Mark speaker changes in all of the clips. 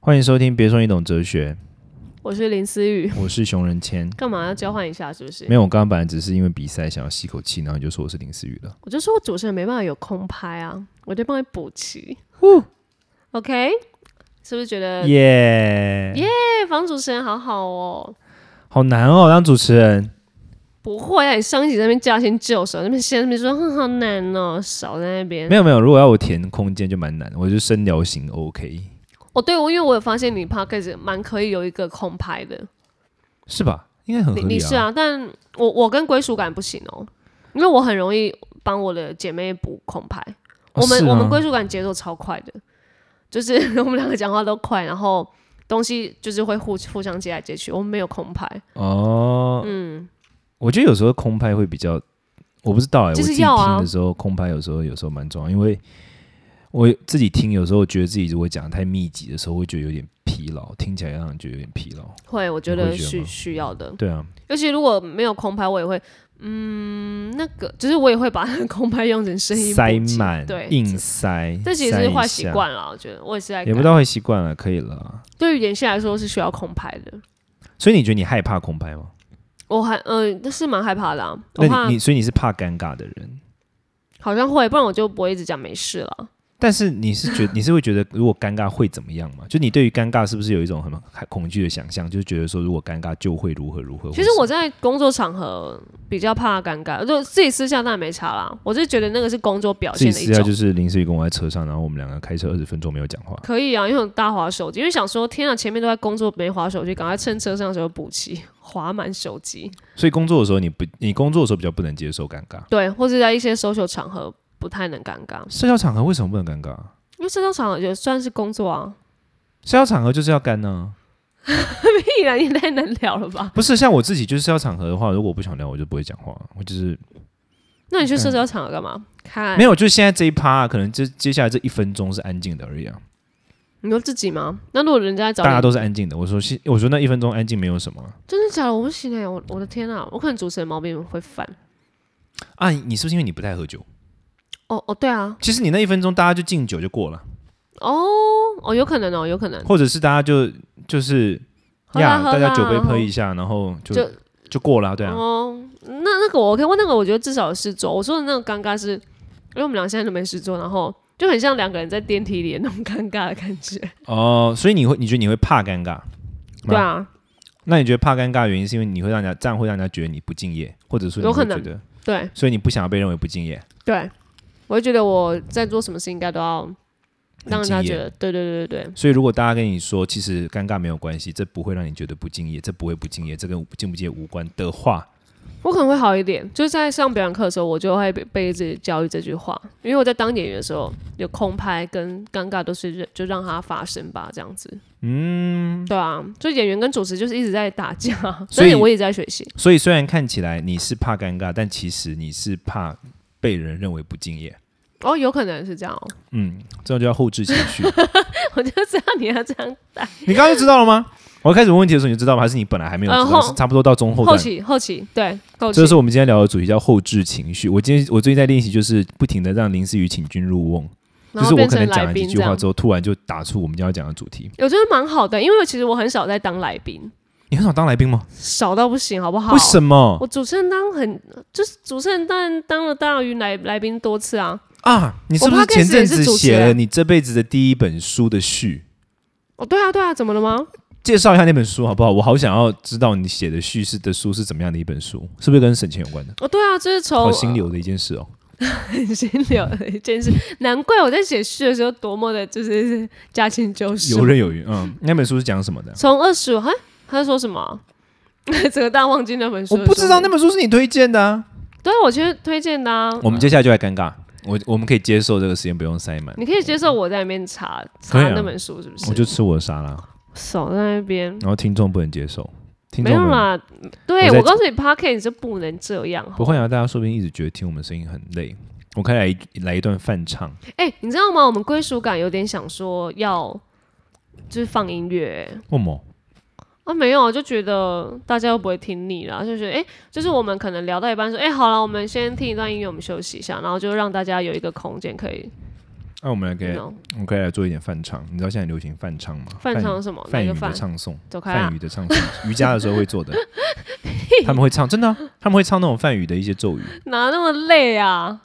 Speaker 1: 欢迎收听，别说你懂哲学，
Speaker 2: 我是林思雨，
Speaker 1: 我是熊仁谦。
Speaker 2: 干嘛要交换一下？是不是？
Speaker 1: 没有，我刚刚本来只是因为比赛想要吸口气，然后你就说我是林思雨了。
Speaker 2: 我就说我主持人没办法有空拍啊，我就帮你补齐。OK，是不是觉得
Speaker 1: 耶、
Speaker 2: 哎房主持人好好哦？
Speaker 1: 好难哦，当主持人。
Speaker 2: 不会啊，你上一集在那边驾轻就熟，那边先那边说哼好难哦，少在那边
Speaker 1: 没。有没有，如果要我填空间就蛮难的，我就深聊型 OK，
Speaker 2: 哦，对，我因为我有发现你 p o d c a s 蛮可以有一个空拍的，
Speaker 1: 是吧？应该很合
Speaker 2: 你
Speaker 1: 理啊。
Speaker 2: 你是啊，但我我跟归属感不行哦，因为我很容易帮我的姐妹补空拍。
Speaker 1: 哦
Speaker 2: 我们、
Speaker 1: 是啊
Speaker 2: 我们归属感节奏超快的，就是 我们两个讲话都快，然后东西就是会互互相接来接去，我们没有空拍，
Speaker 1: 哦，
Speaker 2: 嗯，
Speaker 1: 我觉得有时候空拍会比较，我不知道哎、我
Speaker 2: 就
Speaker 1: 自
Speaker 2: 是
Speaker 1: 己
Speaker 2: 要啊
Speaker 1: 听的时候，空拍有时候有时候蛮重要，因为我自己听有时候觉得自己如果讲得太密集的时候，会觉得有点疲劳，听起来让人觉得有点疲劳。
Speaker 2: 会我觉
Speaker 1: 你会
Speaker 2: 得
Speaker 1: 觉得
Speaker 2: 需
Speaker 1: 吗
Speaker 2: 需要的，
Speaker 1: 对啊，
Speaker 2: 尤其如果没有空拍，我也会嗯那个，就是我也会把空拍用成声音
Speaker 1: 塞
Speaker 2: 补给
Speaker 1: 满，
Speaker 2: 对，
Speaker 1: 硬塞，
Speaker 2: 这其实
Speaker 1: 塞
Speaker 2: 是
Speaker 1: 一
Speaker 2: 坏习
Speaker 1: 下，
Speaker 2: 惯了，我觉得我也是在
Speaker 1: 也不
Speaker 2: 改
Speaker 1: 到坏习惯了，可以了啊。
Speaker 2: 对于演戏来说是需要空拍的。
Speaker 1: 所以你觉得你害怕空拍吗？
Speaker 2: 我还嗯、呃，是蛮害怕的、啊。我
Speaker 1: 那
Speaker 2: 怕
Speaker 1: 你你所以你是怕尴尬的人，
Speaker 2: 好像会，不然我就不会一直讲没事了。
Speaker 1: 但是你是觉你是会觉得如果尴尬会怎么样吗？就你对于尴尬是不是有一种很很恐惧的想象，就是觉得说如果尴尬就会如何如何？
Speaker 2: 其实
Speaker 1: 或
Speaker 2: 我
Speaker 1: 是
Speaker 2: 在工作场合比较怕尴尬，就自己私下当然没差啦。我就觉得那个是工作表
Speaker 1: 自己
Speaker 2: 现的一
Speaker 1: 私下
Speaker 2: 种，
Speaker 1: 就是林思雨跟我在车上，然后我们两个开车二十分钟没有讲话。
Speaker 2: 可以啊。因为我大滑手机，因为想说天啊，前面都在工作没滑手机，赶快趁车上的时候补齐， 滑满手机。
Speaker 1: 所以工作的时候你不你工作的时候比较不能接受尴尬，
Speaker 2: 对，或者在一些 social 场合不太能尴尬，
Speaker 1: 社交场合为什么不能尴尬？
Speaker 2: 因为 social 场合也算是工作啊。
Speaker 1: 社交场合就是要干呢、
Speaker 2: 必然也太难聊了吧？
Speaker 1: 不是像我自己就是社交场合的话，如果我不想聊我就不会讲话，我就是
Speaker 2: 那你去社交场合干嘛？看
Speaker 1: 没，有，就现在这一趴、可能这接下来这一分钟是安静的而已啊，
Speaker 2: 你说自己吗？那如果人家在找
Speaker 1: 大
Speaker 2: 你
Speaker 1: 家都是安静的。我说是，我说那一分钟安静没有什么啊
Speaker 2: 真的假的？我不行哎、我我的天啊，我可能主持人毛病会犯。
Speaker 1: 啊。你是不是因为你不太喝酒？
Speaker 2: 哦哦，对啊，
Speaker 1: 其实你那一分钟大家就敬酒就过了，
Speaker 2: 哦哦，有可能哦，有可能。
Speaker 1: 或者是大家就就是
Speaker 2: 喝啦
Speaker 1: 呀，
Speaker 2: 喝
Speaker 1: 大
Speaker 2: 啦
Speaker 1: 家酒杯喝一下，然后就
Speaker 2: 就
Speaker 1: 就过了啊、对啊。
Speaker 2: 哦，那那个我 OK，我那个我觉得至少有事做。我说的那个尴尬是，因为我们俩现在都没事做，然后就很像两个人在电梯里的那种尴尬的感 觉。
Speaker 1: 哦，所以你会你觉得你会怕尴尬？
Speaker 2: 对啊，
Speaker 1: 那你觉得怕尴尬的原因是因为你会让人家这样会让人家觉得你不敬业，或者说你
Speaker 2: 有可
Speaker 1: 会
Speaker 2: 能
Speaker 1: 觉得，
Speaker 2: 对
Speaker 1: 所以你不想要被认为不敬业。
Speaker 2: 对，我会觉得我在做什么事应该都要让人家
Speaker 1: 很敬
Speaker 2: 觉
Speaker 1: 业
Speaker 2: 得，对对对对对，
Speaker 1: 所以如果大家跟你说，其实尴尬没有关系，这不会让你觉得不敬业，这不会不敬业，这跟敬不敬业无关的话，
Speaker 2: 我可能会好一点，就是在上表演课的时候，我就会被被自己教育这句话，因为我在当演员的时候，有空拍跟尴尬都是忍就让它发生吧，这样子。嗯，对啊，就演员跟主持就是一直在打架，
Speaker 1: 所
Speaker 2: 所
Speaker 1: 以
Speaker 2: 以我也在学习。
Speaker 1: 所以虽然看起来你是怕尴尬，但其实你是怕被人认为不敬业。
Speaker 2: 哦，有可能是这样、哦，
Speaker 1: 嗯，这种就叫后置情绪。
Speaker 2: 我就知道你要这样带。
Speaker 1: 你刚刚就知道了吗？我开始问问题的时候你就知道吗？还是你本来还没有知
Speaker 2: 嗯
Speaker 1: 道？
Speaker 2: 后
Speaker 1: 是差不多到中后
Speaker 2: 后
Speaker 1: 段。
Speaker 2: 期后期对后
Speaker 1: 这
Speaker 2: 期
Speaker 1: 就是我们今天聊的主题，叫后置情绪。我今天我最近在练习，就是不停的让林思雨请君入瓮，就
Speaker 2: 然
Speaker 1: 是我
Speaker 2: 后变
Speaker 1: 可
Speaker 2: 成
Speaker 1: 能
Speaker 2: 来
Speaker 1: 讲了几
Speaker 2: 宾
Speaker 1: 句
Speaker 2: 这
Speaker 1: 话
Speaker 2: 样。
Speaker 1: 之后，突然就打出我们今天要讲的主题。
Speaker 2: 我觉得蛮好的，因为其实我很少在当来宾，
Speaker 1: 你很少当来宾吗？
Speaker 2: 少到不行，好不好？
Speaker 1: 为什么？
Speaker 2: 我主持人当很就是主持人当然当了大于来来宾多次啊。
Speaker 1: 啊，你是不前阵子写了你这辈子的第一本书的序？
Speaker 2: 哦，对啊，对啊，怎么了吗？
Speaker 1: 介绍一下那本书好不好？我好想要知道你写的序是的书是怎么样的一本书，是不是跟省钱有关的？
Speaker 2: 哦，对啊，这是从
Speaker 1: 好心流的一件事哦。
Speaker 2: 很心流的一件事，难怪我在写序的时候多么的就是驾轻就熟
Speaker 1: 游。刃有余。嗯，那本书是讲什么的？
Speaker 2: 从二十五，哎，他在说什么 啊？整个大忘记那本书
Speaker 1: 我
Speaker 2: 的
Speaker 1: 不知
Speaker 2: 书
Speaker 1: 道
Speaker 2: 名
Speaker 1: 那本书是你推荐的、啊。
Speaker 2: 对啊，我其实推荐的啊。
Speaker 1: 我们接下来就来尴尬，我我们可以接受这个时间不用塞满，
Speaker 2: 你可以接受我在里面查
Speaker 1: 可以
Speaker 2: 查
Speaker 1: 啊
Speaker 2: 那本书是不是？
Speaker 1: 我就吃我的沙拉，
Speaker 2: 手在那边
Speaker 1: 然后听众不能接受，听
Speaker 2: 没
Speaker 1: 众
Speaker 2: 有
Speaker 1: 们
Speaker 2: 啦。对，
Speaker 1: 我在
Speaker 2: 我告诉你 p o c k e t 就不能这样
Speaker 1: 不会啊，大家说不定一直觉得听我们声音很累。我可以来一来一段翻唱，
Speaker 2: 哎、你知道吗？我们归属感有点想说要就是放音乐、
Speaker 1: 为什么？
Speaker 2: 啊，没有，就觉得大家又不会听腻啦，就觉得哎、诶就是我们可能聊到一半说，哎、好了，我们先听一段音乐，我们休息一下，然后就让大家有一个空间可以
Speaker 1: 啊那、我们来给
Speaker 2: you know
Speaker 1: 我们可以来做一点饭唱。你知道现在流行饭唱吗？
Speaker 2: 饭唱是什么？哪
Speaker 1: 梵语
Speaker 2: 个
Speaker 1: 梵语的
Speaker 2: 饭？
Speaker 1: 唱诵，
Speaker 2: 走开啊
Speaker 1: 梵！语的唱诵，瑜伽的时候会 做的。他们会唱，真的啊、他们会唱那种梵语的一些咒语。
Speaker 2: 哪那么累啊？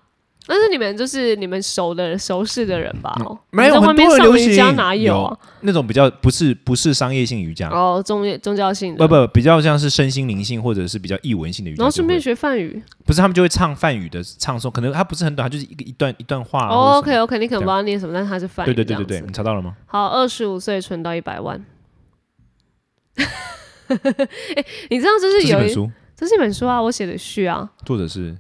Speaker 2: 但是你们就是你们熟的熟识的人吧？哦
Speaker 1: 嗯没有
Speaker 2: 你在外面
Speaker 1: 很多人
Speaker 2: 上
Speaker 1: 流
Speaker 2: 瑜伽
Speaker 1: 行
Speaker 2: 哪啊？
Speaker 1: 那种比较不是不是商业性瑜伽，
Speaker 2: 哦，宗教宗教性的，
Speaker 1: 不不比较像是身心灵性或者是比较译文性的瑜伽就会。
Speaker 2: 然后顺便学梵语。
Speaker 1: 不是他们就会唱梵语的唱诵，可能它不是很短，它就是一个一段一段话、啊或
Speaker 2: 哦
Speaker 1: 者什
Speaker 2: ，OK
Speaker 1: 么
Speaker 2: OK，你可能
Speaker 1: 这
Speaker 2: 不
Speaker 1: 样
Speaker 2: 知道念什么，但是它是梵语。
Speaker 1: 对对对对对，。你查到了吗？
Speaker 2: 好，二十五岁存到一百万。 哎、你知道这
Speaker 1: 这
Speaker 2: 是
Speaker 1: 是一
Speaker 2: 有
Speaker 1: 本
Speaker 2: 一
Speaker 1: 书，
Speaker 2: 这是一本书啊，我写的序啊，
Speaker 1: 作者是。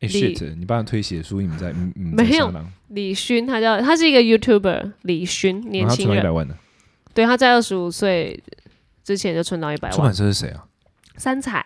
Speaker 1: 哎、
Speaker 2: 李
Speaker 1: shit！你帮他推写书，你们在你你们
Speaker 2: 没有
Speaker 1: 在商量
Speaker 2: 李勋，他叫他是一个 YouTuber，李勋，年
Speaker 1: 哦然后他
Speaker 2: 轻
Speaker 1: 存了一
Speaker 2: 人
Speaker 1: 百，万呢？
Speaker 2: 对，他在二十五岁之前就存到一百
Speaker 1: 出
Speaker 2: 万
Speaker 1: 版。社是谁啊？
Speaker 2: 三彩，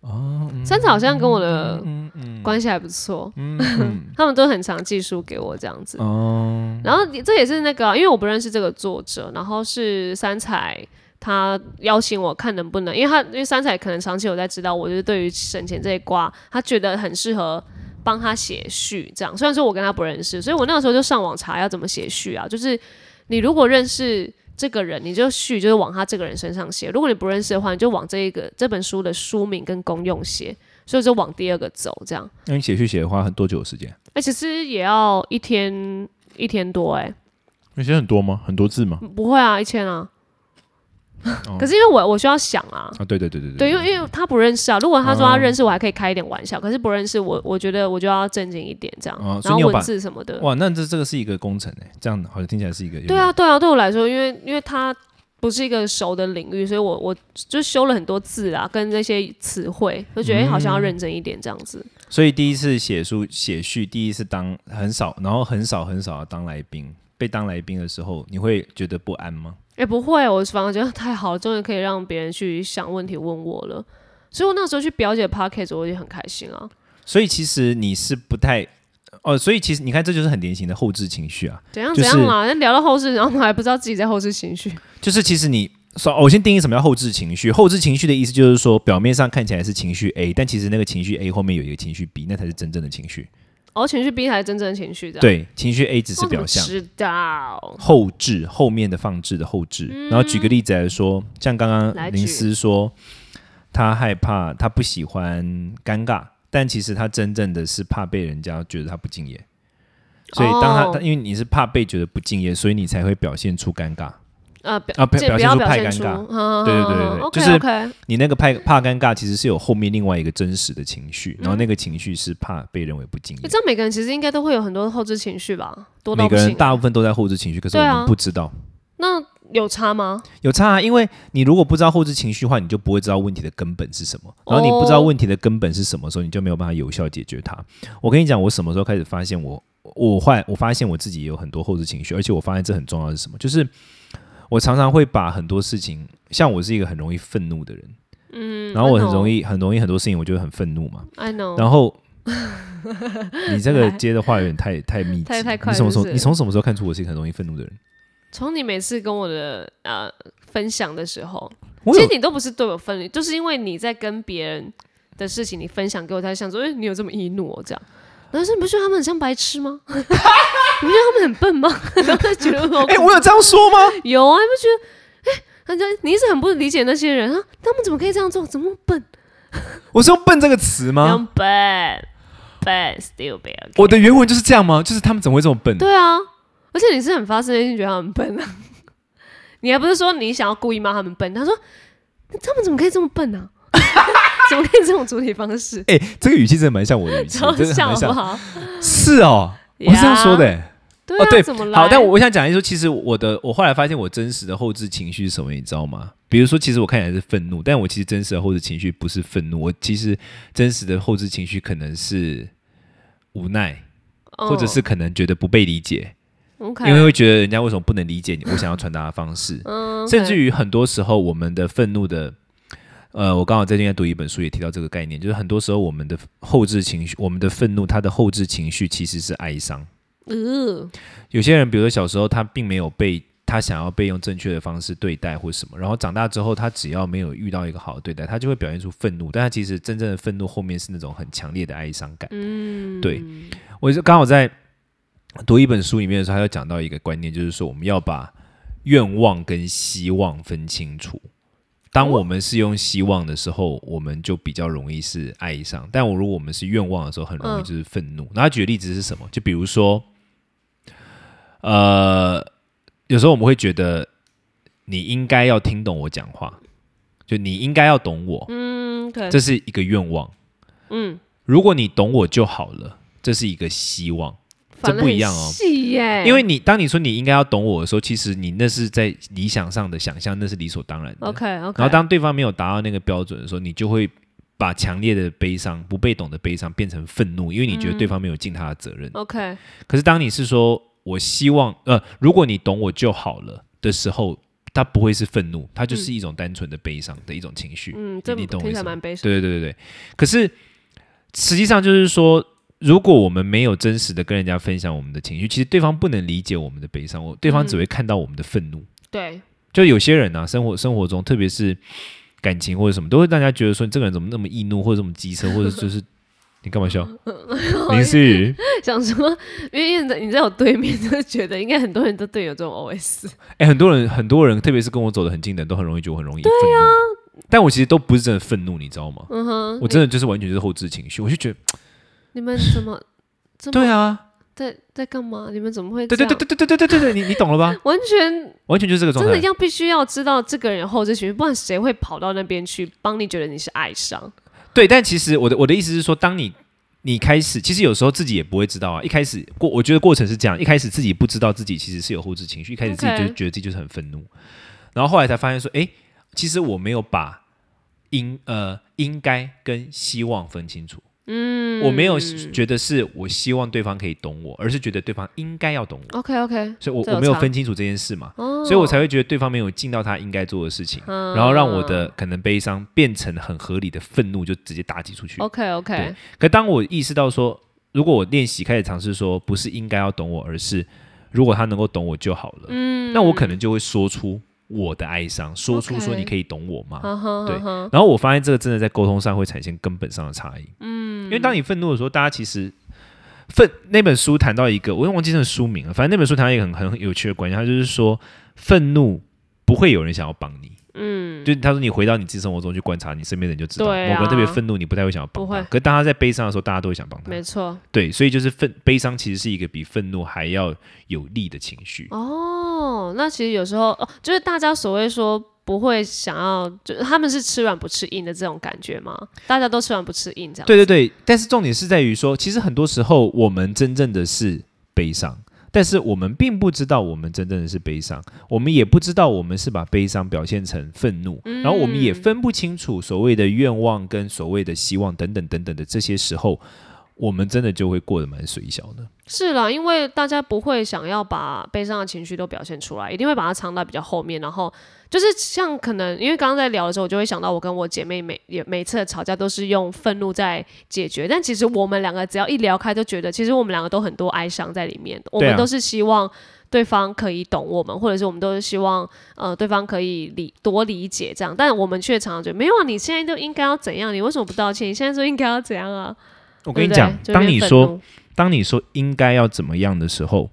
Speaker 1: 哦，嗯
Speaker 2: 三彩好像跟我的
Speaker 1: 嗯嗯
Speaker 2: 关系还不错，
Speaker 1: 嗯嗯
Speaker 2: 他们都很常寄书给我这样子。
Speaker 1: 哦，
Speaker 2: 然后这也是那个啊、因为我不认识这个作者，然后是三彩他邀请我看能不能，因为他因为三彩可能长期有在知道我，就是对于省钱这一卦，他觉得很适合帮他写序这样。虽然说我跟他不认识，所以我那个时候就上网查要怎么写序啊，就是你如果认识。这个人，你就序就是往他这个人身上写。如果你不认识的话，你就往这一个这本书的书名跟功用写，所以就往第二个走这样。
Speaker 1: 那你写去写的话，很多久的时间？
Speaker 2: 哎、其实也要一天一天多哎、
Speaker 1: 你写很多吗？很多字吗？
Speaker 2: 不会啊，一千啊。
Speaker 1: 哦
Speaker 2: 可是因为我我需要想啊，
Speaker 1: 啊，对对对对
Speaker 2: 对，因为因为他不认识啊。如果他说他
Speaker 1: 哦
Speaker 2: 认识，我还可以开一点玩笑。可是不认识我，我觉得我就要正经一点这样。
Speaker 1: 哦所以
Speaker 2: 然
Speaker 1: 你
Speaker 2: 后
Speaker 1: 有把
Speaker 2: 文字什么的，
Speaker 1: 哇，那这这个是一个工程哎，这样好像听起来是一个有
Speaker 2: 对
Speaker 1: 点
Speaker 2: 啊对啊，对我来说，因为因为他不是一个熟的领域，所以我我就修了很多字啊，跟那些词汇，就觉得、哎诶好
Speaker 1: 嗯
Speaker 2: 像要认真一点这样子。
Speaker 1: 所以第一次写书写序，第一次当很少，然后很少很少地当来宾。被当来宾的时候，你会觉得不安吗？
Speaker 2: 哎、不会，我反而觉得太好了，终于可以让别人去想问题问我了。所以我那时候去表姐 p o c k e t 我也很开心啊。
Speaker 1: 所以其实你是不太哦，所以其实你看，这就是很典型的后置情绪啊，
Speaker 2: 怎样
Speaker 1: 就
Speaker 2: 怎
Speaker 1: 是
Speaker 2: 样啦？那聊到后世，然后我还不知道自己在后世情绪。
Speaker 1: 就是其实你说、哦我先定义什么叫后置情绪。后置情绪的意思就是说，表面上看起来是情绪 A，但其实那个情绪 A 后面有一个情绪 B，那才是真正的情绪。
Speaker 2: 哦，情绪 B 才是真正的情绪的。，
Speaker 1: 对，情绪 A 只是
Speaker 2: 我怎
Speaker 1: 表
Speaker 2: 哦么
Speaker 1: 象。
Speaker 2: 知道？
Speaker 1: 后置后面的放置的后置。然后举个例子来说，像刚
Speaker 2: 嗯来
Speaker 1: 刚
Speaker 2: 举
Speaker 1: 林思说，他害怕，他不喜欢尴尬，但其实他真正的是怕被人家觉得他不敬业。所以当他、
Speaker 2: 哦
Speaker 1: 他因为你是怕被觉得不敬业，所以你才会表现出尴尬。
Speaker 2: 呃，表
Speaker 1: 啊表
Speaker 2: 这
Speaker 1: 表
Speaker 2: 不
Speaker 1: 现
Speaker 2: 要
Speaker 1: 出
Speaker 2: 表
Speaker 1: 太
Speaker 2: 现
Speaker 1: 尴
Speaker 2: 出，
Speaker 1: 尬
Speaker 2: 嗯
Speaker 1: 对对对对对
Speaker 2: ，OK
Speaker 1: 就是
Speaker 2: OK，
Speaker 1: 你那个怕怕尴尬，其实是有后面另外一个真实的情绪，
Speaker 2: 嗯
Speaker 1: 然后那个情绪是怕被认为不敬业
Speaker 2: 你。知道每个人其实应该都会有很多后置情绪吧，多到
Speaker 1: 每
Speaker 2: 不
Speaker 1: 个人
Speaker 2: 行。啊
Speaker 1: 大部分都在后置情绪，可是我
Speaker 2: 对啊
Speaker 1: 们不知道。
Speaker 2: 那有差吗？
Speaker 1: 有差啊，因为你如果不知道后置情绪化，你就不会知道问题的根本是什么。
Speaker 2: 哦
Speaker 1: 然后你不知道问题的根本是什么时候，你就没有办法有效解决它。我跟你讲，我什么时候开始发现我我坏，我发现我自己也有很多后置情绪，而且我发现这很重要的是什么？就是我常常会把很多事情，像我是一个很容易愤怒的人，
Speaker 2: 嗯，哦
Speaker 1: 然后我
Speaker 2: I
Speaker 1: 很
Speaker 2: know，
Speaker 1: 容易很容易很多事情我就会很愤怒嘛。
Speaker 2: ，I know，
Speaker 1: 然后你这个接的话有点太太密集，
Speaker 2: 太太快
Speaker 1: 你什么时候
Speaker 2: 是不是
Speaker 1: 你从什么时候看出我是一个很容易愤怒的人？
Speaker 2: 从你每次跟我的呃分享的时候，
Speaker 1: 我
Speaker 2: 其
Speaker 1: 有
Speaker 2: 实你都不是对我分离，就是因为你在跟别人的事情你分享给我，才想说，哎、你有这么易怒哦，这样。然后说你不觉得他们很像白痴吗？ 你不觉得他们很笨吗？ 然后就觉得我
Speaker 1: 哎、我有这样说吗？
Speaker 2: 有啊，你不觉得？哎、人家你一直很不理解那些人啊，他们怎么可以这样做？怎么那么笨？
Speaker 1: 我是用“笨”这个词吗？
Speaker 2: 这样笨，笨，stupid。
Speaker 1: 啊我的原文就是这样吗？就是他们怎么会这么笨？
Speaker 2: 对啊，而且你是很发自内心觉得他们笨啊， 你还不是说你想要故意骂他们笨？他说他们怎么可以这么笨啊？ 怎么可以这种处理方式？
Speaker 1: 哎、这个语气真的蛮像我 的语气，
Speaker 2: 超
Speaker 1: 真的
Speaker 2: 像
Speaker 1: 蛮
Speaker 2: 好不
Speaker 1: 像。
Speaker 2: 好？
Speaker 1: 是哦， 我是这样说的、欸。
Speaker 2: 对
Speaker 1: 哦
Speaker 2: 啊，
Speaker 1: 对
Speaker 2: 怎么来？
Speaker 1: 好，但我我想讲一说，其实我的我后来发现我真实的后置情绪是什么，你知道吗？比如说，其实我看起来是愤怒，但我其实真实的后置情绪不是愤怒，我其实真实的后置情绪可能是无奈，
Speaker 2: 嗯
Speaker 1: 或者是可能觉得不被理解，
Speaker 2: OK，
Speaker 1: 因为会觉得人家为什么不能理解你我想要传达的方式。
Speaker 2: 嗯，
Speaker 1: 甚至于很多时候我们的愤怒的，呃，我刚好最近在读一本书，也提到这个概念，就是很多时候我们的后置情绪，我们的愤怒，它的后置情绪其实是哀伤。
Speaker 2: 呃，
Speaker 1: 有些人，比如说小时候他并没有被他想要被用正确的方式对待或什么，然后长大之后他只要没有遇到一个好的对待，他就会表现出愤怒，但他其实真正的愤怒后面是那种很强烈的哀伤感。
Speaker 2: 嗯，
Speaker 1: 对我就刚好在读一本书里面的时候，他有讲到一个观念，就是说我们要把愿望跟希望分清楚。当我们是用希望的时候，我们就比较容易是爱上；但我如果我们是愿望的时候，很容易就是愤怒。那他举的例子是什么？就比如说，呃，有时候我们会觉得你应该要听懂我讲话，就你应该要懂我，
Speaker 2: 嗯，对，
Speaker 1: 这是一个愿望。
Speaker 2: 嗯，
Speaker 1: 如果你懂我就好了，这是一个希望。
Speaker 2: 反
Speaker 1: 这不一样哦
Speaker 2: 很细耶，
Speaker 1: 因为你当你说你应该要懂我的时候，其实你那是在理想上的想象，那是理所当然的。
Speaker 2: OK OK，
Speaker 1: 然后当对方没有达到那个标准的时候，你就会把强烈的悲伤、不被懂的悲伤变成愤怒，因为你觉得对方没有尽他的责任。
Speaker 2: OK
Speaker 1: 可是当你是说我希望呃，如果你懂我就好了的时候，它不会是愤怒，它就是一种单纯的悲伤的一种情绪。
Speaker 2: 嗯，这
Speaker 1: 你懂我意
Speaker 2: 听起
Speaker 1: 思
Speaker 2: 来
Speaker 1: 吗
Speaker 2: 蛮悲伤。
Speaker 1: 对对对对对。可是实际上就是说，如果我们没有真实的跟人家分享我们的情绪，其实对方不能理解我们的悲伤，我对方
Speaker 2: 嗯
Speaker 1: 只会看到我们的愤怒。
Speaker 2: 对，
Speaker 1: 就有些人啊，生活生活中，特别是感情或者什么，都会让人家觉得说你这个人怎么那么易怒，或者这么机车，或者 就是你干嘛笑？林思雨，
Speaker 2: 想说，因为因为你在我对面，就是觉得应该很多人都对你有这种 OS。
Speaker 1: 哎、很多人很多人，特别是跟我走得很近的人，都很容易觉得我很容易愤怒。但我其实都不是真的愤怒，你知道吗？
Speaker 2: 啊嗯哼，
Speaker 1: 我真的就是完全就是后置情绪，我就觉得
Speaker 2: 你们怎么这么
Speaker 1: 对啊，
Speaker 2: 在在干嘛？你们怎么会
Speaker 1: 对
Speaker 2: 这
Speaker 1: 对
Speaker 2: 样
Speaker 1: 对对对对对对对，你你懂了吧？
Speaker 2: 完全
Speaker 1: 完全就是这个状
Speaker 2: 真
Speaker 1: 态
Speaker 2: 的。要必须要知道这个人有后知情绪，不然谁会跑到那边去帮你觉得你是爱上？
Speaker 1: 对，但其实我的我的意思是说，当你你开始，其实有时候自己也不会知道啊。一开始过，我觉得过程是这样，一开始自己不知道自己其实是有后置情绪，一开始自己就
Speaker 2: OK
Speaker 1: 觉得自己就是很愤怒，然后后来才发现说，诶，其实我没有把应呃应该跟希望分清楚。嗯，我没有觉得是我希望对方可以懂我，而是觉得对方应该要懂我，
Speaker 2: OK OK，
Speaker 1: 所以我
Speaker 2: 这有
Speaker 1: 我没有
Speaker 2: 差
Speaker 1: 分清楚这件事嘛，
Speaker 2: 哦，
Speaker 1: 所以我才会觉得对方没有尽到他应该做的事情，
Speaker 2: 嗯
Speaker 1: 然后让我的可能悲伤变成很合理的愤怒，就直接打击出去。
Speaker 2: OK OK，
Speaker 1: 对可当我意识到说，如果我练习开始尝试说，不是应该要懂我，而是如果他能够懂我就好了，
Speaker 2: 嗯，
Speaker 1: 那我可能就会说出我的哀伤，说出
Speaker 2: OK
Speaker 1: 说你可以懂我吗？
Speaker 2: 哈哈，
Speaker 1: 对
Speaker 2: 哈哈
Speaker 1: 然后我发现这个真的在沟通上会产生根本上的差异。嗯，因为当你愤怒的时候，大家其实愤那本书谈到一个，我忘记那个书名了，反正那本书谈到一个很很有趣的观念，它就是说愤怒不会有人想要帮你。
Speaker 2: 嗯，
Speaker 1: 就是他说你回到你自己生活中去观察你身边的人就知道，
Speaker 2: 对啊
Speaker 1: 某个人特别愤怒，你不太会想要帮
Speaker 2: 不会
Speaker 1: 他。可是当他在悲伤的时候，大家都会想帮他。
Speaker 2: 没错，
Speaker 1: 对，所以就是愤悲伤其实是一个比愤怒还要有力的情绪。
Speaker 2: 哦，那其实有时候哦，就是大家所谓说不会想要，就是他们是吃软不吃硬的这种感觉吗？大家都吃软不吃硬这样，
Speaker 1: 对对对，但是重点是在于说，其实很多时候我们真正的是悲伤，但是我们并不知道我们真正的是悲伤，我们也不知道我们是把悲伤表现成愤怒，
Speaker 2: 嗯
Speaker 1: 然后我们也分不清楚所谓的愿望跟所谓的希望等等等等的这些时候，我们真的就会过得蛮水小的。
Speaker 2: 是啦，因为大家不会想要把悲伤的情绪都表现出来，一定会把它藏到比较后面。然后就是像可能，因为刚刚在聊的时候，我就会想到我跟我姐妹每也每次的吵架都是用愤怒在解决，但其实我们两个只要一聊开，就觉得其实我们两个都很多哀伤在里面。我
Speaker 1: 对
Speaker 2: 们
Speaker 1: 啊
Speaker 2: 都是希望对方可以懂我们，或者是我们都是希望呃对方可以理多理解这样，但我们却常常觉得没有啊，你现在就应该要怎样，你为什么不道歉？你现在就应该要怎样啊？
Speaker 1: 我
Speaker 2: 我
Speaker 1: 跟你讲，当你说当你说应该要怎么样的时候，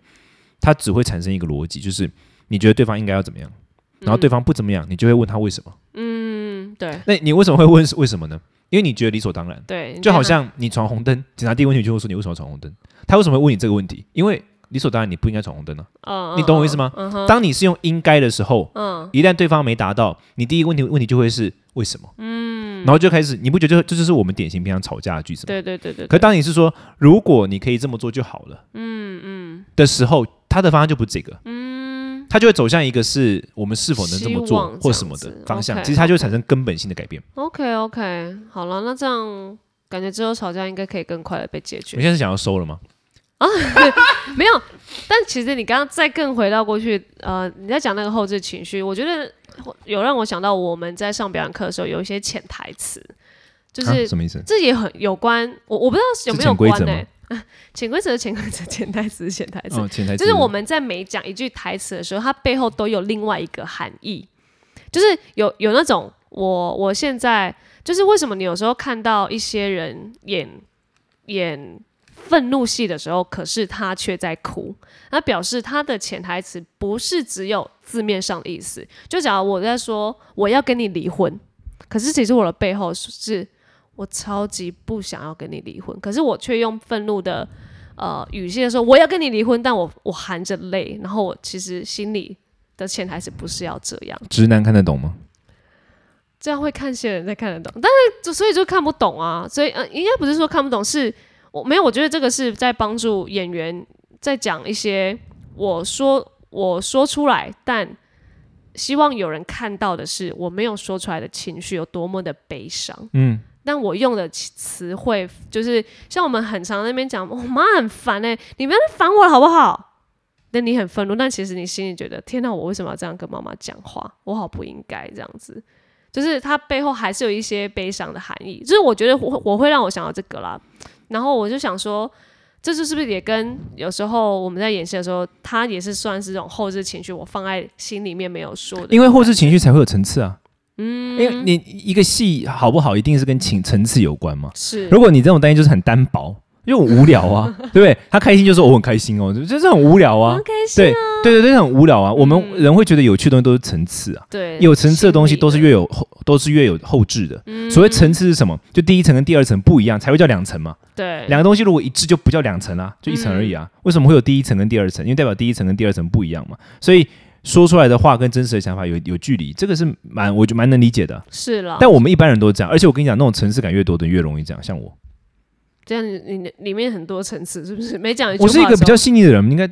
Speaker 1: 它只会产生一个逻辑，就是你觉得对方应该要怎么样，然后对方不怎么样，你就会问他为什么。
Speaker 2: 嗯，对
Speaker 1: 那你为什么会问是为什么呢？因为你觉得理所当然，
Speaker 2: 对，
Speaker 1: 就好
Speaker 2: 你看
Speaker 1: 像你闯红灯，警察第一个问题就会说你为什么要闯红灯，他为什么会问你这个问题？因为理所当然你不应该闯红灯啊。
Speaker 2: 嗯，
Speaker 1: 你懂我意思吗
Speaker 2: 嗯哼，
Speaker 1: 当你是用应该的时候，
Speaker 2: 嗯，
Speaker 1: 一旦对方没达到，你第一个问题问题就会是为什么？嗯，然后就开始，你不觉得这就是我们典型平常吵架的句子吗？
Speaker 2: 嗯对对对对，
Speaker 1: 可
Speaker 2: 对
Speaker 1: 当你是说如果你可以这么做就好了，嗯嗯的时候，他的方向就不是这个，嗯，他就会走向一个是我们是否能这么
Speaker 2: 希
Speaker 1: 做
Speaker 2: 望这样子
Speaker 1: 或什么的方向，
Speaker 2: OK，
Speaker 1: 其实它就会产生根本性的改变。
Speaker 2: OK OK，好了，那这样感觉之后吵架应该可以更快的被解决
Speaker 1: 你。现在是想要收了吗？
Speaker 2: 没有，但其实你刚刚再更回到过去，呃，你在讲那个后置情绪，我觉得有让我想到我们在上表演课的时候有一些潜台词，就
Speaker 1: 啊
Speaker 2: 是
Speaker 1: 什么意思？
Speaker 2: 这也很有关，我我不知道有没
Speaker 1: 是
Speaker 2: 有
Speaker 1: 潜规
Speaker 2: 关
Speaker 1: 则
Speaker 2: 呢、
Speaker 1: 吗
Speaker 2: 潜规则、潜规则、潜台词、潜台词，
Speaker 1: 哦，潜台词
Speaker 2: 就是我们在每讲一句台词的时候，它背后都有另外一个含义，就是有有那种我我现在就是为什么你有时候看到一些人演演愤怒戏的时候，可是他却在哭。他表示他的潜台词不是只有字面上的意思，就假如我在说我要跟你离婚，可是其实我的背后是我超级不想要跟你离婚，可是我却用愤怒的呃语气说我要跟你离婚，但我我含着泪，然后我其实心里的潜台词不是要这样，
Speaker 1: 直男看得懂吗？
Speaker 2: 这样会看些人才看得懂，但是就所以就看不懂啊，所以呃应该不是说看不懂，是我没有，我觉得这个是在帮助演员在讲一些我说我说出来，但希望有人看到的是我没有说出来的情绪有多么的悲伤。
Speaker 1: 嗯，
Speaker 2: 但我用的词词汇就是像我们很常在那边讲，我、妈很烦哎、你不要再烦我了好不好？那你很愤怒，但其实你心里觉得，天哪，我为什么要这样跟妈妈讲话？我好不应该这样子。就是它背后还是有一些悲伤的含义，就是我觉得我我会让我想到这个啦，然后我就想说，这就是不是也跟有时候我们在演戏的时候，它也是算是这种后置情绪，我放在心里面没有说的，
Speaker 1: 因为后置情绪才会有层次啊。嗯，因为你一个戏好不好，一定是跟情层次有关嘛。
Speaker 2: 是
Speaker 1: 如果你这种担心就是很单薄，因为很无聊 啊，对不对？他开心就说我很开心哦，就是很无聊啊
Speaker 2: 很。开心
Speaker 1: 对
Speaker 2: 啊，嗯
Speaker 1: 对对对，很无聊啊。我们人会觉得有趣的东西都是层次啊，
Speaker 2: 对，
Speaker 1: 有层次的东西都是
Speaker 2: 心里
Speaker 1: 越有后都是越有后置的。
Speaker 2: 嗯
Speaker 1: 所谓层次是什么？就第一层跟第二层不一样，才会叫两层嘛。
Speaker 2: 对
Speaker 1: 两个东西如果一致，就不叫两层啦，就一层而已啊。
Speaker 2: 嗯
Speaker 1: 为什么会有第一层跟第二层？因为代表第一层跟第二层不一样嘛。所以说出来的话跟真实的想法有有距离，这个是蛮我就蛮能理解的。
Speaker 2: 是了，
Speaker 1: 但我们一般人都这样，而且我跟你讲，那种层次感越多的人越容易这样。像我，
Speaker 2: 这样你你里面很多层次是不是？每讲一句话
Speaker 1: 我
Speaker 2: 的时
Speaker 1: 是
Speaker 2: 候，
Speaker 1: 一个比较细腻的人，应该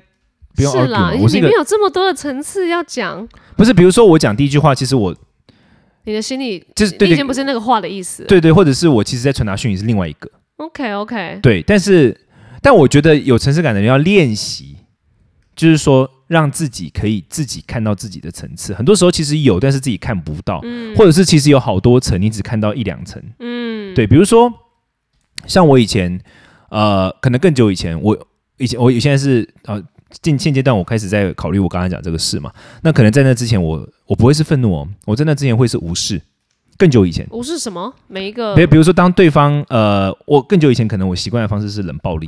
Speaker 1: 不用
Speaker 2: 是
Speaker 1: argue
Speaker 2: 啦
Speaker 1: 嘛。，我是一
Speaker 2: 里
Speaker 1: 个
Speaker 2: 面有这么多的层次要讲，
Speaker 1: 不是，比如说我讲第一句话，其实我
Speaker 2: 你的心里
Speaker 1: 就是对
Speaker 2: 你已经
Speaker 1: 对
Speaker 2: 不是那个话的意思了。
Speaker 1: 对对，或者是我其实在传达讯息是另外一个
Speaker 2: OK OK，
Speaker 1: 对，但是但我觉得有层次感的人要练习，就是说让自己可以自己看到自己的层次。很多时候其实有，但是自己看不到，或者是其实有好多层，你只看到一两层。
Speaker 2: 嗯，
Speaker 1: 对，比如说像我以前，呃，可能更久以前，我以前我现在是呃，近现阶段我开始在考虑我刚才讲这个事嘛。那可能在那之前我，我不会是愤怒哦，我在那之前会是无视。更久以前，
Speaker 2: 我是什么？每一个
Speaker 1: 比比如说当对方呃，我更久以前可能我习惯的方式是冷暴力，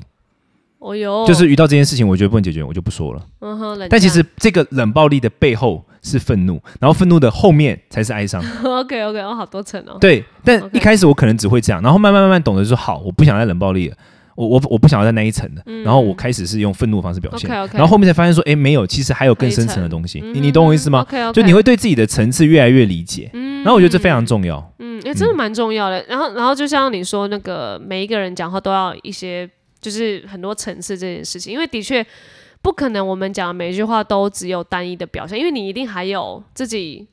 Speaker 2: 哦哟，
Speaker 1: 就是遇到这件事情我觉得不能解决，我就不说了。
Speaker 2: 嗯哼，冷
Speaker 1: 但其
Speaker 2: 战
Speaker 1: 实这个冷暴力的背后是愤怒，然后愤怒的后面才是哀伤。
Speaker 2: OK OK，哦，好多层哦。
Speaker 1: 对，但
Speaker 2: OK
Speaker 1: 一开始我可能只会这样，然后慢慢慢慢懂得说，好，我不想再冷暴力了，我我我不想要在那一层的，然后我开始是用愤怒的方式表现，
Speaker 2: 嗯 OK，OK
Speaker 1: 然后后面才发现说，哎，没有，其实还有更深层的东西，你你懂我意思吗？
Speaker 2: ？OK OK，
Speaker 1: 就你会对自己的层次越来越理解，然后我觉得这非常重要，
Speaker 2: 嗯，哎、真的蛮重要的。然后，然后就像你说，那个每一个人讲话都要一些，就是很多层次这件事情，因为的确不可能我们讲的每一句话都只有单一的表现，因为你一定还有自己。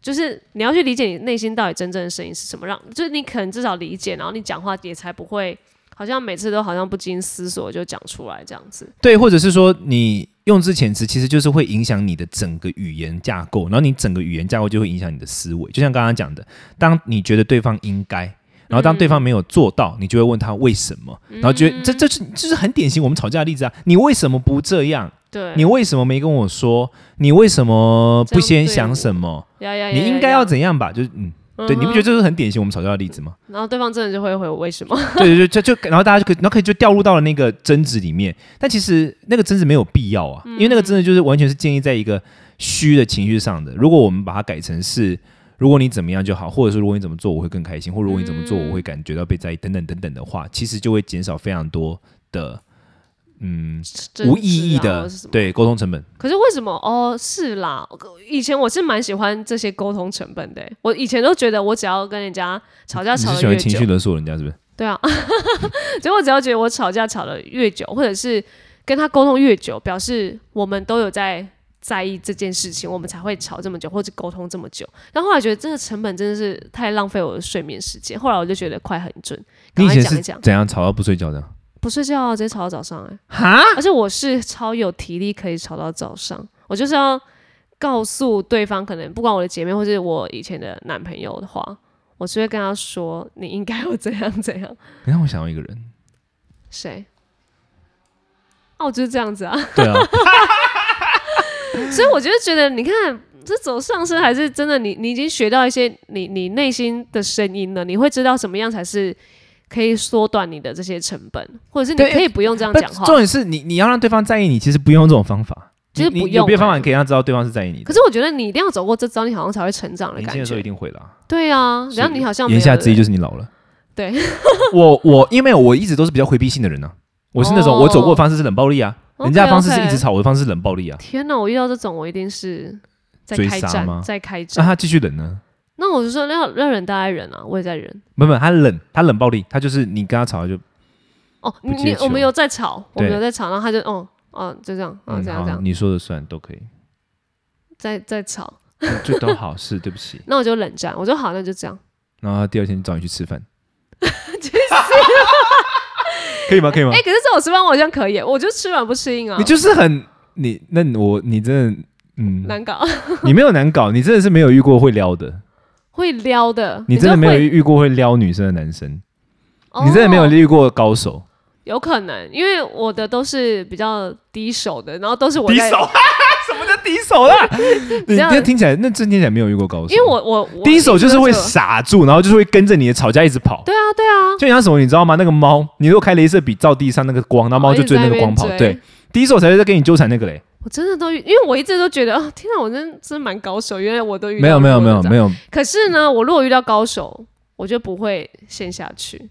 Speaker 2: 就是你要去理解你内心到底真正的声音是什么，让就是你可能至少理解，然后你讲话也才不会好像每次都好像不经思索就讲出来这样子。
Speaker 1: 对，或者是说你用之前词，其实就是会影响你的整个语言架构，然后你整个语言架构就会影响你的思维。就像刚刚讲的，当你觉得对方应该，然后当对
Speaker 2: 嗯
Speaker 1: 方没有做到，你就会问他为什么，然后觉得这这是这是很典型我们吵架的例子啊！你为什么不这样？
Speaker 2: 对，
Speaker 1: 你为什么没跟我说？你为什么不
Speaker 2: 嗯这样
Speaker 1: 先
Speaker 2: 对我
Speaker 1: 想什么？
Speaker 2: 呀呀呀，
Speaker 1: 你应该要怎样吧？就是嗯。
Speaker 2: 样
Speaker 1: 对，你不觉得这是很典型我们吵架的例子吗？
Speaker 2: 然后对方真的就会回我为什么？
Speaker 1: 对对对，就就然后大家就可以，然后可以就掉入到了那个争执里面。但其实那个争执没有必要啊，因为那个争执就是完全是建立在一个虚的情绪上的。如果我们把它改成是，如果你怎么样就好，或者说如果你怎么做我会更开心，或者如果你怎么做我会感觉到被在意，等等等等的话，其实就会减少非常多的嗯无意义
Speaker 2: 争执
Speaker 1: 的
Speaker 2: 啊或是什么
Speaker 1: 对沟通成本。
Speaker 2: 可是为什么？哦，是啦，以前我是蛮喜欢这些沟通成本的欸。我以前都觉得，我只要跟人家吵架
Speaker 1: 你
Speaker 2: 吵
Speaker 1: 是
Speaker 2: 得
Speaker 1: 喜欢
Speaker 2: 越
Speaker 1: 情
Speaker 2: 久
Speaker 1: 绪，勒索人家是不是？
Speaker 2: 对啊， 结果只要觉得我吵架吵得越久，或者是跟他沟通越久，表示我们都有在在意这件事情，我们才会吵这么久，或者沟通这么久。但后来觉得这个成本真的是太浪费我的睡眠时间，后来我就觉得快很准，
Speaker 1: 你
Speaker 2: 赶
Speaker 1: 以前
Speaker 2: 快讲
Speaker 1: 是
Speaker 2: 一讲，
Speaker 1: 怎样吵到不睡觉的？
Speaker 2: 不睡觉啊直接吵到早上哎、
Speaker 1: 哈？
Speaker 2: 而且我是超有体力可以吵到早上，我就是要告诉对方，可能不管我的姐妹或是我以前的男朋友的话，我就会跟他说，你应该要怎样怎样。
Speaker 1: 你让我想到一个人，
Speaker 2: 谁？啊，我就是这样子啊，
Speaker 1: 对啊，
Speaker 2: 所以我就是觉得，你看这走上升还是真的你，你已经学到一些你你内心的声音了，你会知道什么样才是可以缩短你的这些成本，或者是
Speaker 1: 对
Speaker 2: 你可以不用这样
Speaker 1: 不
Speaker 2: 讲话。
Speaker 1: 重点是你你要让对方在意你，其实不用这种方法。
Speaker 2: 其实
Speaker 1: 你
Speaker 2: 不
Speaker 1: 你有
Speaker 2: 用
Speaker 1: 别的方
Speaker 2: 啊
Speaker 1: 法可以让知道对方是在意你
Speaker 2: 可
Speaker 1: 的。
Speaker 2: 是我觉得你一定要走过这招，你好像才会成长的
Speaker 1: 年
Speaker 2: 感
Speaker 1: 轻的时候一
Speaker 2: 觉。
Speaker 1: 定会啦。
Speaker 2: 对啊，
Speaker 1: 是
Speaker 2: 然后你好像没有
Speaker 1: 言下之意就是你老了。
Speaker 2: 对，
Speaker 1: 我我因为我一直都是比较回避性的人呢、啊我是那种、
Speaker 2: 哦
Speaker 1: 我走过的方式是冷暴力啊，
Speaker 2: OK，
Speaker 1: 人家的方式是一
Speaker 2: OK
Speaker 1: 直吵，我的方式是冷暴力啊。
Speaker 2: 哦天哪，我遇到这种，我一定是在
Speaker 1: 追
Speaker 2: 开
Speaker 1: 杀吗
Speaker 2: 战，在开
Speaker 1: 那
Speaker 2: 战。
Speaker 1: 他继续冷呢？
Speaker 2: 那我就说，那让人大爱忍啊，我也在忍。
Speaker 1: 没有没有，他冷，他冷暴力，他就是你跟他吵就
Speaker 2: 哦，
Speaker 1: 不
Speaker 2: 你
Speaker 1: 接
Speaker 2: 你
Speaker 1: 球
Speaker 2: 我们有在吵，我们
Speaker 1: 对
Speaker 2: 有在吵，然后他就哦哦就这样，哦
Speaker 1: 嗯
Speaker 2: 这样
Speaker 1: 好
Speaker 2: 这样，
Speaker 1: 你说的算都可以，
Speaker 2: 在在吵，
Speaker 1: 就就都好 事，对不起。
Speaker 2: 那我就冷战，我就好，那就这样。
Speaker 1: 然后他第二天找你去吃饭，可以吗？可以吗
Speaker 2: 哎、？ 可是这种吃饭我好像可以，我就吃软不吃硬啊
Speaker 1: 你，就是很你那我你真的嗯，
Speaker 2: 难搞，
Speaker 1: 你没有难搞，你真的是没有遇过会撩的，
Speaker 2: 会撩的。
Speaker 1: 你真的没有
Speaker 2: 就会，
Speaker 1: 遇过会撩女生的男生，
Speaker 2: 哦
Speaker 1: 你真的没有遇过高手。
Speaker 2: 有可能，因为我的都是比较低手的，然后都是我 在，，
Speaker 1: 什么叫低手啊啦？你
Speaker 2: 这样
Speaker 1: 那听起来，那真听起来没有遇过高手，
Speaker 2: 因为我我我
Speaker 1: 低手就是会
Speaker 2: 一直都
Speaker 1: 傻住，然后就是会跟着你的吵架一直跑。
Speaker 2: 对啊对啊，
Speaker 1: 就像什么，你知道吗？那个猫，你如果开镭射笔照地上那个光，那猫就追那个光跑
Speaker 2: 一。直在那边
Speaker 1: 对
Speaker 2: 追，
Speaker 1: 低手才会在跟你纠缠那个嘞。
Speaker 2: 我真的都遇，因为我一直都觉得啊，天哪，我真真蛮高手，原来我都遇到
Speaker 1: 没有没有没有没
Speaker 2: 有。
Speaker 1: 有，
Speaker 2: 可是呢，我如果遇到高手，我就不会陷下去，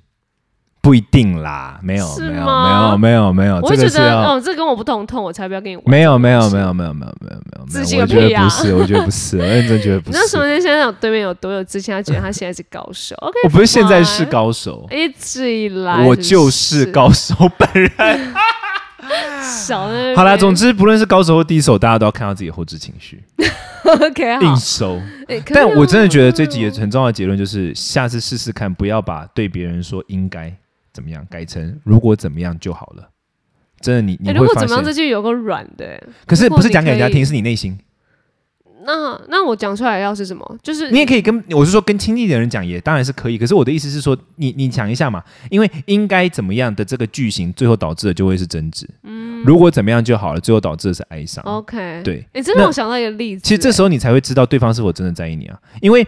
Speaker 1: 不一定啦，没有
Speaker 2: 是
Speaker 1: 没有没
Speaker 2: 吗
Speaker 1: 有没有没有，
Speaker 2: 我
Speaker 1: 啊这
Speaker 2: 会觉
Speaker 1: 个是
Speaker 2: 得
Speaker 1: 要
Speaker 2: 哦，这跟我不同痛，我才不要跟你玩。
Speaker 1: 没有没有没有没有没有没有没有没有，
Speaker 2: 自信
Speaker 1: 我
Speaker 2: 个
Speaker 1: 觉
Speaker 2: 屁
Speaker 1: 得
Speaker 2: 啊
Speaker 1: 不是，我觉得不是，我认真觉得
Speaker 2: 你
Speaker 1: 不
Speaker 2: 知道什
Speaker 1: 是。
Speaker 2: 么？人现在有对面有多有自信，他觉得他现在是高手。OK，
Speaker 1: 我不是现在
Speaker 2: fine
Speaker 1: 是高手，
Speaker 2: 一直以来
Speaker 1: 我就是高手本人。
Speaker 2: 手。
Speaker 1: 好啦，总之不论是高手或低手，大家都要看到自己的后置情绪，
Speaker 2: OK 好
Speaker 1: 硬。收。
Speaker 2: 哎啊可以
Speaker 1: 但我
Speaker 2: 啊
Speaker 1: 真的觉得这集也
Speaker 2: 可以啊
Speaker 1: 很重要的结论就是，下次试试看，不要把对别人说应该怎么样改成如果怎么样就好了。真的，你
Speaker 2: 哎
Speaker 1: 你
Speaker 2: 如
Speaker 1: 会
Speaker 2: 果
Speaker 1: 发
Speaker 2: 怎么样，这
Speaker 1: 现，
Speaker 2: 句有个软的、
Speaker 1: 可是
Speaker 2: 如果
Speaker 1: 不是
Speaker 2: 你
Speaker 1: 讲给人家
Speaker 2: 可以
Speaker 1: 听，是你内心。
Speaker 2: 那那我讲出来要是什么？就是
Speaker 1: 你也可以跟我是说跟亲近的人讲，也当然是可以。可是我的意思是说，你你想一下嘛，因为应该怎么样的这个句型，最后导致的就会是争执。
Speaker 2: 嗯
Speaker 1: 如果怎么样就好了，最后导致的是哀伤。
Speaker 2: OK。，
Speaker 1: 对，
Speaker 2: 哎、真的
Speaker 1: 那
Speaker 2: 让我想到一个例子、
Speaker 1: 其实这时候你才会知道对方是否真的在意你啊，因为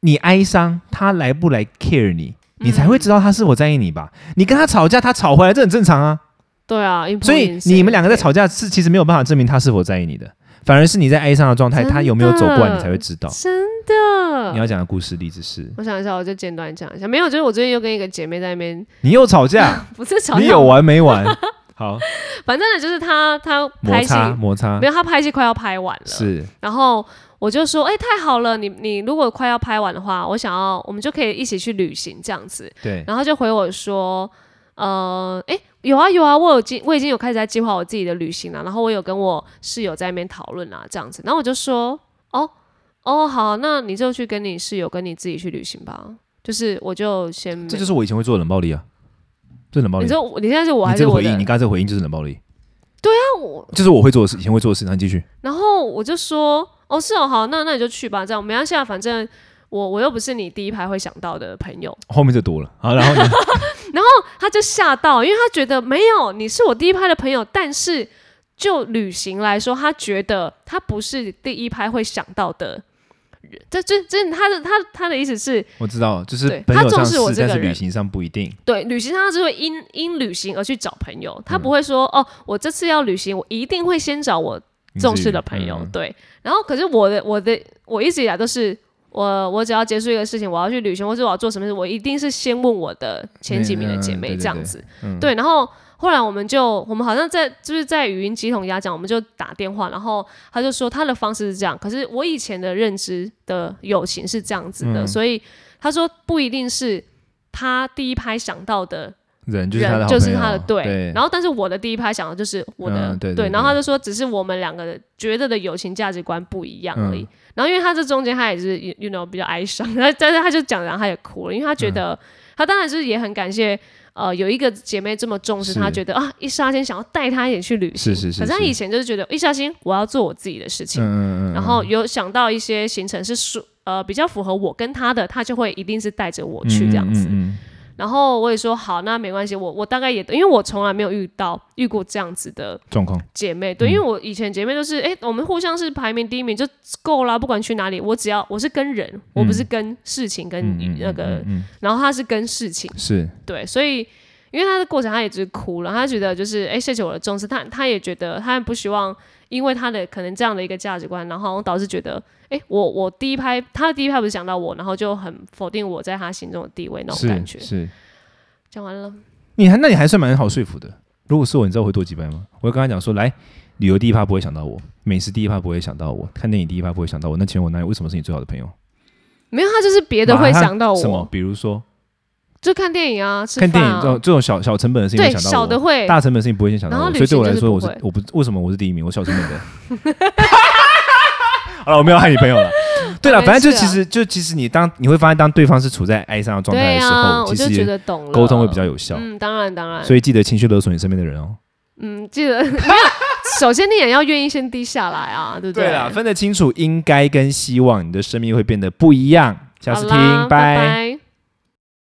Speaker 1: 你哀伤，他来不来 care 你，
Speaker 2: 嗯
Speaker 1: 你才会知道他是否在意你吧。你跟他吵架，他吵回来，这很正常啊。
Speaker 2: 对啊，一
Speaker 1: 所以你们两个在吵架是其实没有办法证明他是否在意你的，反而是你在哀伤的状态，
Speaker 2: 真的
Speaker 1: 他有没有走过来，你才会知道。
Speaker 2: 真
Speaker 1: 你
Speaker 2: 的。
Speaker 1: 要讲的故事例子是，
Speaker 2: 我想一下，我就简短讲一下。没有，就是我最近又跟一个姐妹在那边，
Speaker 1: 你又吵架。
Speaker 2: 不是吵架，
Speaker 1: 你有啊完没完？好，
Speaker 2: 反正呢，就是她她
Speaker 1: 摩
Speaker 2: 拍戏，
Speaker 1: 擦摩擦
Speaker 2: 没有她拍戏快要拍完了，
Speaker 1: 是
Speaker 2: 然后我就说，哎、太好了，你你如果快要拍完的话，我想要我们就可以一起去旅行这样子。
Speaker 1: 对，
Speaker 2: 然后就回我说，呃，哎、有啊有啊，我有经我已经有开始在计划我自己的旅行了，然后我有跟我室友在那边讨论啊，这样子，然后我就说，哦哦好，那你就去跟你室友跟你自己去旅行吧，就是我就先没，
Speaker 1: 这就是我以前会做的冷暴力啊，这冷暴力。
Speaker 2: 你说我你现在是我还
Speaker 1: 你这
Speaker 2: 是
Speaker 1: 个
Speaker 2: 我
Speaker 1: 回
Speaker 2: 的？
Speaker 1: 应，你刚才这个回应就是冷暴力，
Speaker 2: 那我
Speaker 1: 就是我会做的事，以前会做的事。那你继续，
Speaker 2: 然后我就说，哦是哦好，那那你就去吧，这样没关系啊，反正。我我又不是你第一排会想到的朋友，
Speaker 1: 后面就多了。好，然后你
Speaker 2: 他就吓到，因为他觉得没有你是我第一拍的朋友，但是就旅行来说，他觉得他不是第一拍会想到的人。这这这，他的他他的意思是
Speaker 1: 我知道，就是
Speaker 2: 对
Speaker 1: 朋
Speaker 2: 他
Speaker 1: 友
Speaker 2: 重
Speaker 1: 上
Speaker 2: 视
Speaker 1: 是
Speaker 2: 我，这
Speaker 1: 但
Speaker 2: 个
Speaker 1: 是旅
Speaker 2: 人
Speaker 1: 行上不一定。
Speaker 2: 对旅行，他是会因因旅行而去找朋友，他不会说、哦，我这次要旅行，我一定会先找我
Speaker 1: 你
Speaker 2: 重
Speaker 1: 自
Speaker 2: 视
Speaker 1: 己
Speaker 2: 的朋友。
Speaker 1: 嗯
Speaker 2: 对，然后可是我的我的我一直以来都是。我我只要结束一个事情，我要去旅行，或者我要做什么事，我一定是先问我的前几名的姐
Speaker 1: 嗯嗯对
Speaker 2: 妹
Speaker 1: 对
Speaker 2: 这样
Speaker 1: 对
Speaker 2: 子。
Speaker 1: 嗯
Speaker 2: 对，然后后来我们就，我们好像在就是在语音鸡同鸭讲，我们就打电话，然后他就说他的方式是这样，可是我以前的认知的友情是这样子的，
Speaker 1: 嗯
Speaker 2: 所以他说不一定是他第一拍想到的
Speaker 1: 人就是他的
Speaker 2: 人
Speaker 1: 好
Speaker 2: 就是
Speaker 1: 朋
Speaker 2: 他
Speaker 1: 友
Speaker 2: 的对，
Speaker 1: 对，
Speaker 2: 然后但是我的第一拍想到就是我的、
Speaker 1: 嗯对对对
Speaker 2: 然后他就说只是我们两个的觉得的友情价值观不一样而已。
Speaker 1: 嗯
Speaker 2: 然后因为他这中间他也是 you you know 比较哀伤， 然后但是他就讲，然后他也哭了，因为他觉
Speaker 1: 嗯
Speaker 2: 得、他当然是也很感谢。呃，有一个姐妹这么重视
Speaker 1: 是
Speaker 2: 他，觉得啊，一沙先想要带他一起去旅
Speaker 1: 是
Speaker 2: 行，
Speaker 1: 是是
Speaker 2: 可是他
Speaker 1: 是
Speaker 2: 以前就是觉得一沙先我要做我自己的事
Speaker 1: 嗯
Speaker 2: 情，
Speaker 1: 嗯嗯，
Speaker 2: 然后有想到一些行程是属呃比较符合我跟他的，他就会一定是带着我
Speaker 1: 嗯
Speaker 2: 去这样子。
Speaker 1: 嗯嗯嗯
Speaker 2: 然然后我也说好，那没关系，我我大概也，因为我从来没有遇到遇过这样子的
Speaker 1: 状况，
Speaker 2: 姐妹，
Speaker 1: 嗯
Speaker 2: 对，因为我以前姐妹都是，哎、我们互相是排名第一名就够啦，不管去哪里，我只要我是跟人，我不是跟事情跟
Speaker 1: 嗯嗯
Speaker 2: 那个，
Speaker 1: 嗯嗯
Speaker 2: 然后她是跟事情，
Speaker 1: 是
Speaker 2: 对，所以因为她的过程，她也只是哭了，她觉得就是，哎、谢谢我的重视，她她也觉得，她不希望因为她的可能这样的一个价值观，然后好像导致觉得，哎、我我第一拍，她的第一拍不是想到我，然后就很否定我在她心中的地位那种感
Speaker 1: 是
Speaker 2: 觉。
Speaker 1: 是，
Speaker 2: 讲完了，
Speaker 1: 你还那你还算蛮好说服的。如果是我，你知道我会多几掰吗？我会跟他讲说，来，旅游第一趴不会想到我，美食第一趴不会想到我，看电影第一趴不会想到我。那请问我哪里为什么是你最好的朋友？
Speaker 2: 没有，她就是别的会
Speaker 1: 马上
Speaker 2: 想到
Speaker 1: 什么？
Speaker 2: 我，
Speaker 1: 比如说
Speaker 2: 就看电影啊，吃
Speaker 1: 看
Speaker 2: 饭
Speaker 1: 电影
Speaker 2: 啊
Speaker 1: 这种这种小小成本的事情
Speaker 2: 对
Speaker 1: 会想
Speaker 2: 小
Speaker 1: 到
Speaker 2: 的
Speaker 1: 我，
Speaker 2: 会。
Speaker 1: 大成本的事情不会先想到
Speaker 2: 然
Speaker 1: 我，
Speaker 2: 后
Speaker 1: 所
Speaker 2: 旅
Speaker 1: 以对我来说，我
Speaker 2: 行就是
Speaker 1: 是我不为什么我是第一名，我小成本的。 好了，我没有害你朋友了。对了，
Speaker 2: 没
Speaker 1: 反正就
Speaker 2: 事
Speaker 1: 其
Speaker 2: 啊
Speaker 1: 实就其实你当你会发现，当对方是处在哀伤的状态
Speaker 2: 对
Speaker 1: 的时
Speaker 2: 啊，
Speaker 1: 候，
Speaker 2: 我
Speaker 1: 其
Speaker 2: 就觉
Speaker 1: 实
Speaker 2: 得懂了，
Speaker 1: 沟通会比较有效。
Speaker 2: 嗯，当然当然，
Speaker 1: 所以记得情绪勒索你身边的人哦。
Speaker 2: 嗯，记得 没有，首先你也要愿意先低下来啊，对不
Speaker 1: 对啦，
Speaker 2: 好
Speaker 1: 分得清楚应该跟希望，你的生命会变得不一样。下次听，
Speaker 2: 啦拜
Speaker 1: 拜
Speaker 2: 拜